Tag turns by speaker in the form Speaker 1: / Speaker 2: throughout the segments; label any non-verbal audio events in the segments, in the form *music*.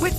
Speaker 1: With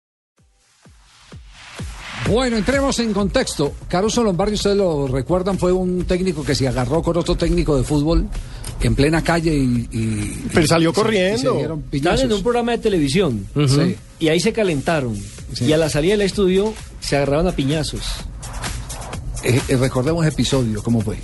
Speaker 2: Bueno, entremos en contexto. Caruso Lombardi, ustedes lo recuerdan, fue un técnico que se agarró con otro técnico de fútbol en plena calle y... y-
Speaker 3: Pero
Speaker 2: y
Speaker 3: salió
Speaker 2: se- y
Speaker 3: corriendo.
Speaker 2: Se dieron
Speaker 4: Estaban
Speaker 2: piñazos.
Speaker 4: en un programa de televisión
Speaker 2: Sí.
Speaker 4: y ahí se calentaron. Y a la salida del estudio se agarraron a piñazos.
Speaker 2: Eh, eh, recordemos episodio, ¿cómo fue?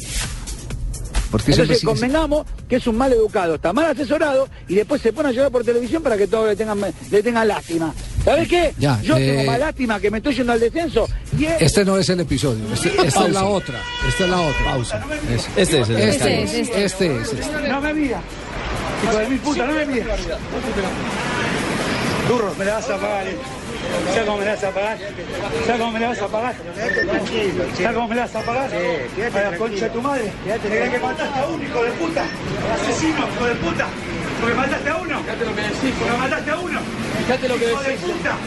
Speaker 2: Porque siempre
Speaker 5: Entonces
Speaker 2: sigue-
Speaker 5: convengamos que es un mal educado, está mal asesorado y después se pone a llorar por televisión para que todos le tengan, le tengan lástima. ¿Sabes qué?
Speaker 2: Ya,
Speaker 5: Yo
Speaker 2: eh,
Speaker 5: tengo más lástima que me estoy yendo al descenso y él-
Speaker 2: Este no es el episodio, este- esta es la otra, esta es la otra. Pausa.
Speaker 6: Este es el
Speaker 2: Este
Speaker 6: escándalo.
Speaker 2: es, este es, este es.
Speaker 5: No me mira. Hijo de mil puta, no me mira. Burro, me la vas a pagar. eh. ¿Sabes cómo me la vas a pagar? ¿Sabes cómo me la vas a pagar? ¿Sabes cómo me la vas a pagar? a la concha de tu madre. Quédate que mataste a uno, hijo de puta. Asesino, hijo de puta. Porque mataste a uno. Fíjate lo que decís. Porque mataste a uno. Fíjate lo que decís. Hijo de puta.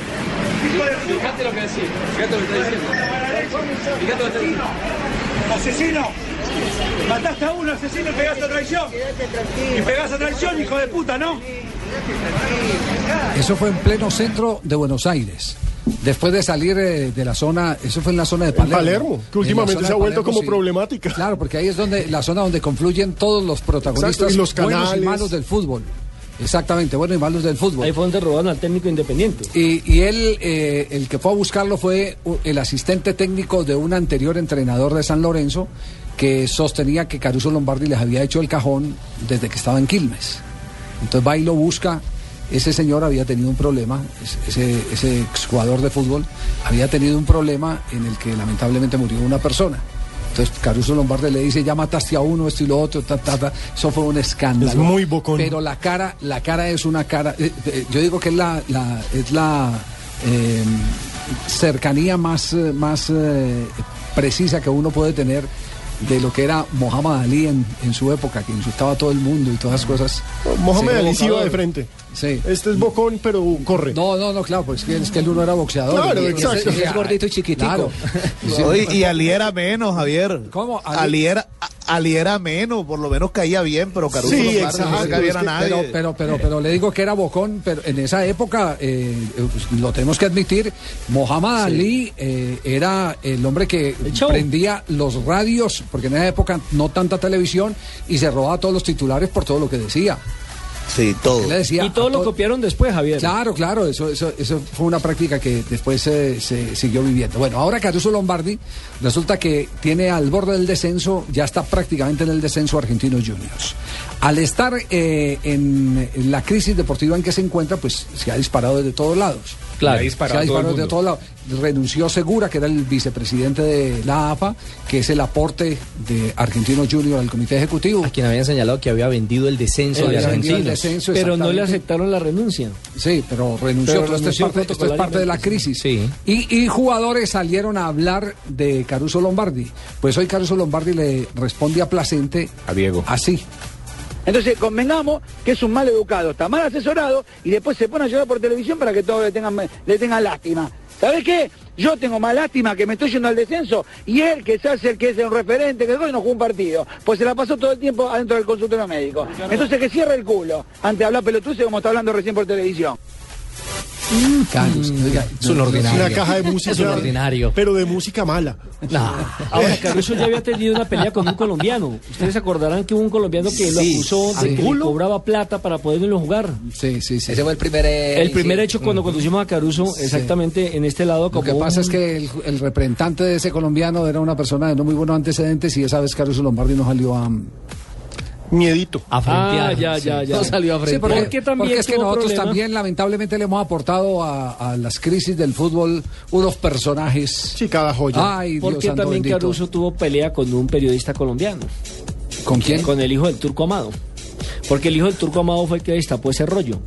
Speaker 5: Hijo de puta. Fíjate lo que decís. Fíjate lo que estás diciendo. Fíjate lo que diciendo. Asesino. Mataste a uno, asesino, y pegaste a traición. Y pegaste a traición, hijo de puta, ¿no?
Speaker 2: Eso fue en pleno centro de Buenos Aires. Después de salir eh, de la zona, eso fue en la zona de Palermo.
Speaker 3: Palermo, que
Speaker 2: En la
Speaker 3: últimamente
Speaker 2: zona
Speaker 3: se ha
Speaker 2: de
Speaker 3: vuelto como problemática.
Speaker 2: Claro, porque ahí es donde la zona donde confluyen todos los protagonistas
Speaker 3: Exacto, y los
Speaker 2: buenos y
Speaker 3: canales.
Speaker 2: malos del fútbol. Exactamente, buenos y malos del fútbol.
Speaker 4: Ahí fue donde robaron al técnico independiente.
Speaker 2: Y, y él, eh, el que fue a buscarlo fue u- el asistente técnico de un anterior entrenador de San Lorenzo que sostenía que Caruso Lombardi les había hecho el cajón desde que estaba en Quilmes. Entonces va y lo busca. Ese señor había tenido un problema, es- ese, ese exjugador de fútbol había tenido un problema en el que lamentablemente murió una persona. Entonces Caruso Lombardi le dice, ya mataste a uno, esto y lo otro, ta, ta, ta". Eso fue un escándalo.
Speaker 3: Es muy bocón.
Speaker 2: Pero la cara, la cara es una cara. eh, eh, yo digo que es la, la- es la eh, cercanía más, eh, más eh, precisa que uno puede tener de lo que era Mohamed Ali en, en su época, que insultaba a todo el mundo y todas las cosas.
Speaker 3: Mohamed
Speaker 2: Sí,
Speaker 3: Ali sí iba
Speaker 2: provocador.
Speaker 3: de frente.
Speaker 2: Sí.
Speaker 3: Este es bocón, pero corre.
Speaker 2: No, no, no, claro, pues es que, es que el uno era boxeador.
Speaker 3: Claro,
Speaker 2: Y- y-
Speaker 3: exacto.
Speaker 2: y- y-
Speaker 3: Es
Speaker 4: gordito y chiquitico.
Speaker 2: Claro. Sí.
Speaker 6: Oye, y Ali era menos, Javier.
Speaker 2: ¿Cómo? Ali-
Speaker 6: Ali era, a- Ali era menos, por lo menos caía bien, pero Caruso
Speaker 3: Sí,
Speaker 6: Lombardi no
Speaker 3: exacto,
Speaker 6: le caía
Speaker 3: es
Speaker 6: a
Speaker 3: que-
Speaker 6: nadie.
Speaker 2: Pero, pero, pero, pero le digo que era bocón, pero en esa época, eh, eh, pues, lo tenemos que admitir, Mohamed Ali eh, era el hombre que
Speaker 4: El show.
Speaker 2: prendía los radios, porque en esa época no tanta televisión, y se robaba todos los titulares por todo lo que decía.
Speaker 6: Sí, todo.
Speaker 2: Él le decía
Speaker 4: y todos
Speaker 2: a
Speaker 4: lo
Speaker 2: to-
Speaker 4: copiaron después, Javier.
Speaker 2: Claro, claro, eso, eso, eso fue una práctica que después eh, se siguió viviendo. Bueno, ahora Caruso Lombardi resulta que tiene al borde del descenso, ya está prácticamente en el descenso Argentinos Juniors. Al estar eh, en, en la crisis deportiva en que se encuentra, pues se ha disparado desde todos lados.
Speaker 4: Claro.
Speaker 2: Se ha disparado, de todos lados. Renunció Segura, que era el vicepresidente de la AFA, que es el aporte de Argentinos Juniors al comité ejecutivo.
Speaker 7: a quien habían señalado que había vendido el descenso
Speaker 2: Él
Speaker 7: de
Speaker 2: había vendido el
Speaker 7: Argentina.
Speaker 2: descenso,
Speaker 4: Pero no le
Speaker 2: exactamente.
Speaker 4: aceptaron la renuncia.
Speaker 2: Sí, pero renunció.
Speaker 4: Pero
Speaker 2: todo esto es
Speaker 4: renunció
Speaker 2: parte, esto es parte de la crisis.
Speaker 7: Sí.
Speaker 2: Y, y jugadores salieron a hablar de Caruso Lombardi. Pues hoy Caruso Lombardi le responde a Placente.
Speaker 7: A Diego.
Speaker 2: Así.
Speaker 5: Entonces convengamos que es un mal educado, está mal asesorado y después se pone a llorar por televisión para que todos le tengan, le tengan lástima. ¿Sabes qué? Yo tengo más lástima que me estoy yendo al descenso y él que se hace el que es el referente, que hoy no jugó un partido, pues se la pasó todo el tiempo adentro del consultorio médico. Entonces que cierre el culo antes de hablar pelotuce como está hablando recién por televisión.
Speaker 2: Caruso. Oiga,
Speaker 7: Mm. es un
Speaker 2: no-
Speaker 7: ordinario.
Speaker 3: Una caja de música.
Speaker 7: Es un ordinario.
Speaker 3: Pero de música mala.
Speaker 7: No.
Speaker 4: Ahora, Caruso ya había tenido una pelea con un colombiano. Ustedes se acordarán que hubo un colombiano que lo
Speaker 7: Sí,
Speaker 4: acusó de que le
Speaker 3: ¿Angulo?
Speaker 4: cobraba plata para poderlo jugar.
Speaker 2: Sí, sí, sí.
Speaker 7: Ese fue el primer. eh,
Speaker 4: El primer
Speaker 7: sí.
Speaker 4: hecho cuando conducimos a Caruso, exactamente en este lado,
Speaker 2: Lo
Speaker 4: como
Speaker 2: que pasa
Speaker 4: un-
Speaker 2: es que el, el representante de ese colombiano era una persona de no muy buenos antecedentes y esa vez Caruso Lombardi no salió a...
Speaker 3: Miedito.
Speaker 7: A frentear.
Speaker 4: Ah, ya, ya, ya.
Speaker 7: No salió a
Speaker 2: Sí,
Speaker 7: frente.
Speaker 2: porque,
Speaker 4: Porque también
Speaker 2: porque es que
Speaker 4: tuvo
Speaker 2: nosotros
Speaker 4: problemas.
Speaker 2: también lamentablemente le hemos aportado a, a las crisis del fútbol unos personajes.
Speaker 3: Sí, cada
Speaker 7: Ah,
Speaker 3: joya.
Speaker 2: Ay, Dios
Speaker 4: Porque
Speaker 2: santo
Speaker 4: también
Speaker 2: bendito.
Speaker 4: Caruso tuvo pelea con un periodista colombiano,
Speaker 2: ¿Con quién?
Speaker 4: con el hijo del Turco Amado. Porque el hijo del Turco Amado fue el que destapó ese rollo.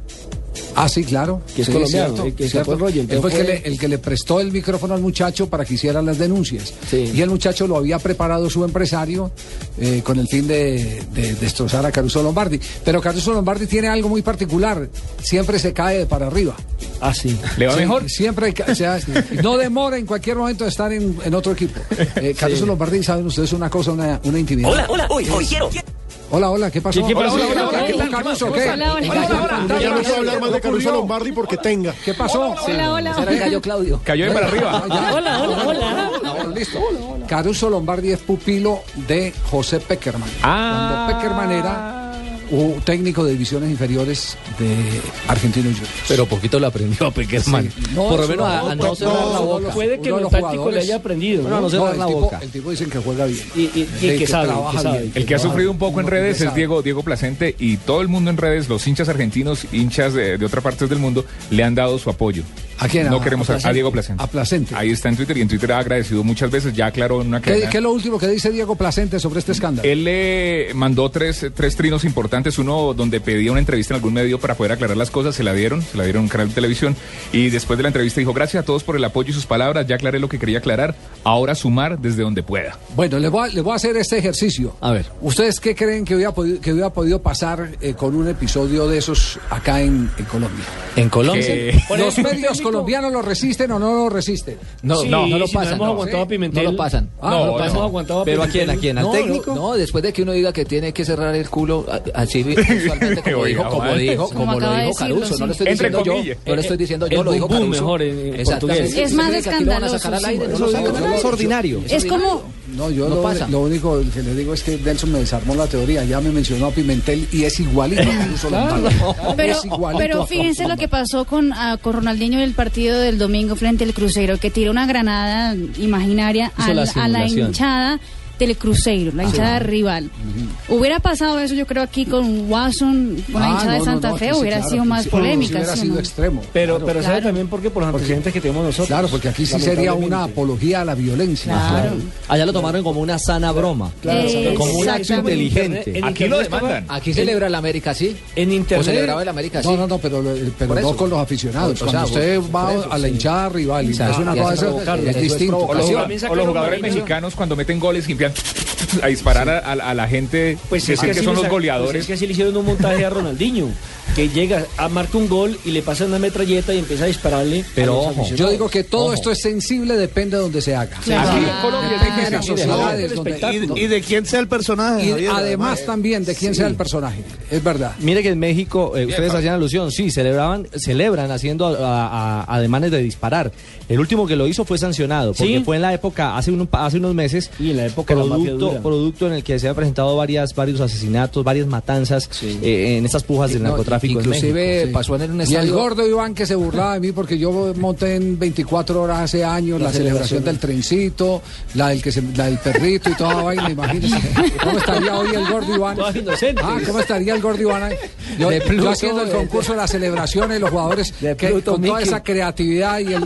Speaker 2: Ah, sí, claro.
Speaker 8: Que es
Speaker 2: Sí,
Speaker 8: colombiano,
Speaker 2: cierto,
Speaker 8: el que
Speaker 2: cierto.
Speaker 8: sacó el rollo, entonces
Speaker 2: Él fue el que
Speaker 8: fue-
Speaker 2: le- el que le prestó el micrófono al muchacho para que hiciera las denuncias.
Speaker 8: Sí.
Speaker 2: Y el muchacho lo había preparado su empresario eh, con el fin de, de destrozar a Caruso Lombardi. Pero Caruso Lombardi tiene algo muy particular. Siempre se cae de para arriba.
Speaker 8: Ah, sí.
Speaker 5: ¿Le va
Speaker 2: Sí,
Speaker 5: mejor?
Speaker 2: Siempre, ca-
Speaker 3: *laughs*
Speaker 2: o sea, no demora en cualquier momento de estar en, en otro equipo. Eh, Caruso Lombardi, saben ustedes una cosa, una, una intimidad.
Speaker 1: Hola, hola, hoy, hoy quiero.
Speaker 2: Hola, hola, ¿qué pasó?
Speaker 3: ¿Qué- qué pasó?
Speaker 2: Hola, hola, hola,
Speaker 3: Hola,
Speaker 2: ¿qué
Speaker 3: hola,
Speaker 2: tal,
Speaker 3: ¿qué
Speaker 2: Caruso?
Speaker 3: más?
Speaker 2: ¿Qué?
Speaker 3: Hola, hola, hola, hola. Ya no puedo hablar más de Caruso Lombardi porque tenga.
Speaker 2: ¿Qué pasó?
Speaker 3: Hola, hola. Será el gallo
Speaker 2: Claudio.
Speaker 3: Cayó de para arriba.
Speaker 8: Ah, Hola, hola, hola.
Speaker 2: Listo. Caruso Lombardi es pupilo de José Peckerman.
Speaker 5: Ah.
Speaker 2: Cuando Peckerman era un técnico de divisiones inferiores de Argentino Juniors.
Speaker 4: Pero poquito lo aprendió a Peckerman.
Speaker 2: No,
Speaker 4: Por lo
Speaker 2: eso
Speaker 4: menos a,
Speaker 2: no,
Speaker 4: a no
Speaker 2: no,
Speaker 4: cerrar la
Speaker 2: no,
Speaker 4: boca.
Speaker 8: Puede que
Speaker 2: Uno
Speaker 8: lo
Speaker 2: de los
Speaker 8: táctico le
Speaker 2: jugadores-
Speaker 8: haya aprendido.
Speaker 4: Bueno, no se
Speaker 2: el
Speaker 4: la
Speaker 2: tipo-
Speaker 4: boca.
Speaker 2: El tipo dicen que juega bien.
Speaker 8: Y, y- y
Speaker 2: Del
Speaker 8: que sabe,
Speaker 2: trabaja
Speaker 8: que sabe.
Speaker 2: bien.
Speaker 5: El que ha
Speaker 2: trabaja
Speaker 5: sufrido un poco en
Speaker 2: bien,
Speaker 5: redes
Speaker 2: que
Speaker 5: es
Speaker 2: sabe.
Speaker 5: Diego, Diego Placente y todo el mundo en redes, los hinchas argentinos, hinchas de, de otras partes del mundo, le han dado su apoyo.
Speaker 2: ¿A quién?
Speaker 5: No
Speaker 2: ¿A-
Speaker 5: queremos
Speaker 2: a
Speaker 5: a, a
Speaker 2: Placente?
Speaker 5: Diego Placente.
Speaker 2: A Placente.
Speaker 5: Ahí está en Twitter y en Twitter ha agradecido muchas veces, ya aclaró en una
Speaker 2: ¿Qué,
Speaker 5: cadena.
Speaker 2: qué es lo último que dice Diego Placente sobre este escándalo?
Speaker 5: Él le mandó tres, tres trinos importantes, uno donde pedía una entrevista en algún medio para poder aclarar las cosas, se la dieron, se la dieron en un canal de televisión y después de la entrevista dijo, gracias a todos por el apoyo y sus palabras, ya aclaré lo que quería aclarar, ahora sumar desde donde pueda.
Speaker 2: Bueno, les voy, a, les voy a hacer este ejercicio.
Speaker 4: A ver.
Speaker 2: ¿Ustedes qué creen que hubiera podido, que hubiera podido pasar eh, con un episodio de esos acá en, en Colombia?
Speaker 4: En Colombia.
Speaker 5: Que-
Speaker 8: *laughs*
Speaker 2: ¿Los
Speaker 8: ejemplo,
Speaker 2: medios
Speaker 8: Eh, técnico-
Speaker 2: colombianos lo resisten o no lo resisten?
Speaker 4: No,
Speaker 8: Sí,
Speaker 4: no, no lo
Speaker 8: si no
Speaker 4: pasan.
Speaker 8: hemos aguantado a
Speaker 4: Sí,
Speaker 8: Pimentel.
Speaker 4: No lo pasan.
Speaker 2: Ah, no lo
Speaker 4: pasan.
Speaker 8: hemos aguantado a
Speaker 4: Pero a quién,
Speaker 8: Pimentel.
Speaker 4: a quién, al
Speaker 2: No,
Speaker 4: técnico.
Speaker 2: no,
Speaker 4: No, después de que uno diga que tiene que cerrar el culo, a- así
Speaker 8: *laughs*
Speaker 4: visualmente, como
Speaker 5: Oiga,
Speaker 4: dijo, como
Speaker 5: Juan.
Speaker 4: dijo,
Speaker 9: Como
Speaker 4: como lo
Speaker 9: acaba de
Speaker 4: dijo
Speaker 9: decirlo,
Speaker 4: Caruso. No
Speaker 9: sí.
Speaker 4: lo estoy
Speaker 5: Entre
Speaker 4: diciendo yo.
Speaker 5: comillas.
Speaker 4: No lo estoy diciendo yo,
Speaker 8: El
Speaker 4: lo dijo
Speaker 8: bum bum
Speaker 4: Caruso.
Speaker 8: mejor en- en portugués.
Speaker 4: Exactamente.
Speaker 9: Es más
Speaker 4: Dice que aquí lo van a sacar
Speaker 9: escandaloso,
Speaker 4: al aire,
Speaker 9: sí.
Speaker 4: no lo
Speaker 9: Eso
Speaker 4: sacan al aire.
Speaker 9: es
Speaker 4: ordinario.
Speaker 9: Es como
Speaker 2: No, yo
Speaker 4: No
Speaker 2: lo,
Speaker 4: pasa.
Speaker 2: lo único que le digo es que Nelson me desarmó la teoría. Ya me mencionó a Pimentel y es igualito. a Caruso Lombardi.
Speaker 9: Pero,
Speaker 2: Es igualito
Speaker 9: pero
Speaker 2: a
Speaker 9: fíjense
Speaker 2: Caruso
Speaker 9: lo que pasó con, ah, con Ronaldinho en el partido del domingo frente al Cruzeiro, que tiró una granada imaginaria
Speaker 4: Hizo
Speaker 9: al-
Speaker 4: la
Speaker 9: a la
Speaker 4: simulación.
Speaker 9: hinchada del Cruzeiro, la hinchada rival. Hubiera pasado eso, yo creo, aquí con Watson, con la
Speaker 2: Ah,
Speaker 9: hinchada de
Speaker 2: no, no,
Speaker 9: Santa
Speaker 2: no,
Speaker 9: Fe,
Speaker 2: aquí sí,
Speaker 9: hubiera
Speaker 2: claro,
Speaker 9: sido
Speaker 2: aquí
Speaker 9: más
Speaker 2: sí,
Speaker 9: polémica.
Speaker 2: hubiera
Speaker 9: ¿sí o
Speaker 2: sido
Speaker 9: no?
Speaker 2: extremo.
Speaker 8: Pero,
Speaker 2: claro.
Speaker 8: pero sabe
Speaker 9: Claro.
Speaker 8: también por qué, por los antecedentes que tenemos nosotros.
Speaker 2: Claro, porque aquí sí sería una
Speaker 8: Lamentablemente.
Speaker 2: apología a la violencia.
Speaker 9: Claro.
Speaker 4: Allá lo tomaron como una sana broma.
Speaker 9: Eh,
Speaker 4: Como un acto
Speaker 9: exacto.
Speaker 4: inteligente.
Speaker 8: En
Speaker 5: Aquí lo
Speaker 8: Internet
Speaker 5: demandan.
Speaker 4: Aquí celebra el América, ¿sí?
Speaker 8: En
Speaker 4: O
Speaker 8: internet-
Speaker 4: celebraba el América, sí.
Speaker 2: No, no, no, pero, eh, pero
Speaker 4: Por
Speaker 2: no
Speaker 4: eso.
Speaker 2: con los aficionados.
Speaker 4: O sea,
Speaker 2: Cuando
Speaker 4: vos-
Speaker 2: usted va
Speaker 4: por eso,
Speaker 2: a la
Speaker 4: sí.
Speaker 2: hinchada rival y
Speaker 4: Exacto.
Speaker 2: hace una
Speaker 4: Y hace
Speaker 2: cosa,
Speaker 4: provocar,
Speaker 2: es
Speaker 4: eso es
Speaker 2: distinto.
Speaker 5: O los,
Speaker 4: Ocasión.
Speaker 5: jugada- o los jugadores mexicanos cuando meten goles y empiezan a disparar a, a- a la gente, pues decir que,
Speaker 8: así
Speaker 5: son
Speaker 8: le sa-
Speaker 5: los
Speaker 8: pues
Speaker 5: goleadores.
Speaker 8: Es que así le hicieron un montaje a Ronaldinho, que llega, a marca un gol y le pasa una metralleta y empieza a dispararle.
Speaker 4: Pero
Speaker 8: a los
Speaker 4: ojo,
Speaker 8: aficionados.
Speaker 2: Yo digo que todo
Speaker 4: Ojo.
Speaker 2: esto es sensible, depende de donde se haga.
Speaker 5: Aquí en Colombia es
Speaker 2: Depende de las
Speaker 5: difícil.
Speaker 2: sociedades
Speaker 8: el
Speaker 2: donde-
Speaker 8: espectáculo.
Speaker 6: Y de quién sea el personaje.
Speaker 2: y
Speaker 6: Javier,
Speaker 2: además también de quién sea el personaje. Es verdad.
Speaker 4: Mire que en México, eh, ustedes hacían alusión, sí, celebraban, celebran haciendo a- a- a- ademanes de disparar. El último que lo hizo fue sancionado, porque
Speaker 8: ¿Sí?
Speaker 4: fue en la época, hace, un- hace unos meses,
Speaker 8: Y en la época de la mafia
Speaker 4: producto,
Speaker 8: dura.
Speaker 4: producto en el que se han presentado varias, varios asesinatos, varias matanzas eh, en esas pujas del
Speaker 2: No,
Speaker 4: narcotráfico. en
Speaker 2: inclusive
Speaker 4: México.
Speaker 2: pasó en un Y el gordo Iván que se burlaba de mí porque yo monté en 24 horas hace años la, celebración, del trencito, la del, que se- la del perrito y toda vaina, imagínese. ¿Cómo estaría hoy el gordo Iván?
Speaker 8: Todas inocentes.
Speaker 2: Ah, ¿cómo estaría el gordo Iván? ahí? Yo,
Speaker 4: De
Speaker 2: yo
Speaker 4: Pluto,
Speaker 2: haciendo el
Speaker 4: de-
Speaker 2: concurso de las celebraciones, los jugadores
Speaker 4: De
Speaker 2: que-
Speaker 4: Pluto,
Speaker 2: con toda
Speaker 4: Mickey.
Speaker 2: esa creatividad y el,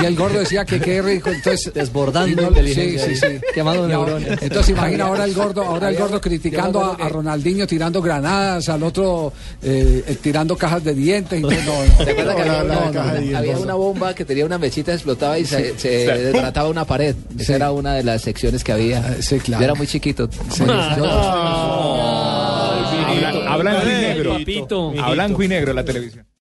Speaker 2: y el gordo decía que qué rico, entonces...
Speaker 4: Desbordando
Speaker 2: y no-
Speaker 4: inteligencia
Speaker 2: Sí, sí,
Speaker 4: ahí.
Speaker 2: sí.
Speaker 4: *laughs* Quemando
Speaker 2: Y ahora-
Speaker 4: neuronas.
Speaker 2: Entonces imagina ahora el gordo, ahora el gordo criticando a, a Ronaldinho tirando granadas, al otro eh, eh, tirando cajas de
Speaker 4: *laughs*
Speaker 2: dientes. y todo. No, no.
Speaker 4: ¿Te acuerdas que
Speaker 3: No,
Speaker 4: había,
Speaker 3: no,
Speaker 4: una,
Speaker 3: no, caja de diez,
Speaker 4: había
Speaker 3: no.
Speaker 4: una bomba que tenía una mesita, explotaba y se, se retrataba una pared? Esa era una de las secciones que
Speaker 3: Ah,
Speaker 4: había.
Speaker 2: Sí, claro.
Speaker 4: Yo era muy chiquito.
Speaker 2: Sí, yo-
Speaker 5: Hablan, hablan
Speaker 3: Ay,
Speaker 5: en negro.
Speaker 8: papito.
Speaker 5: A blanco y negro la televisión.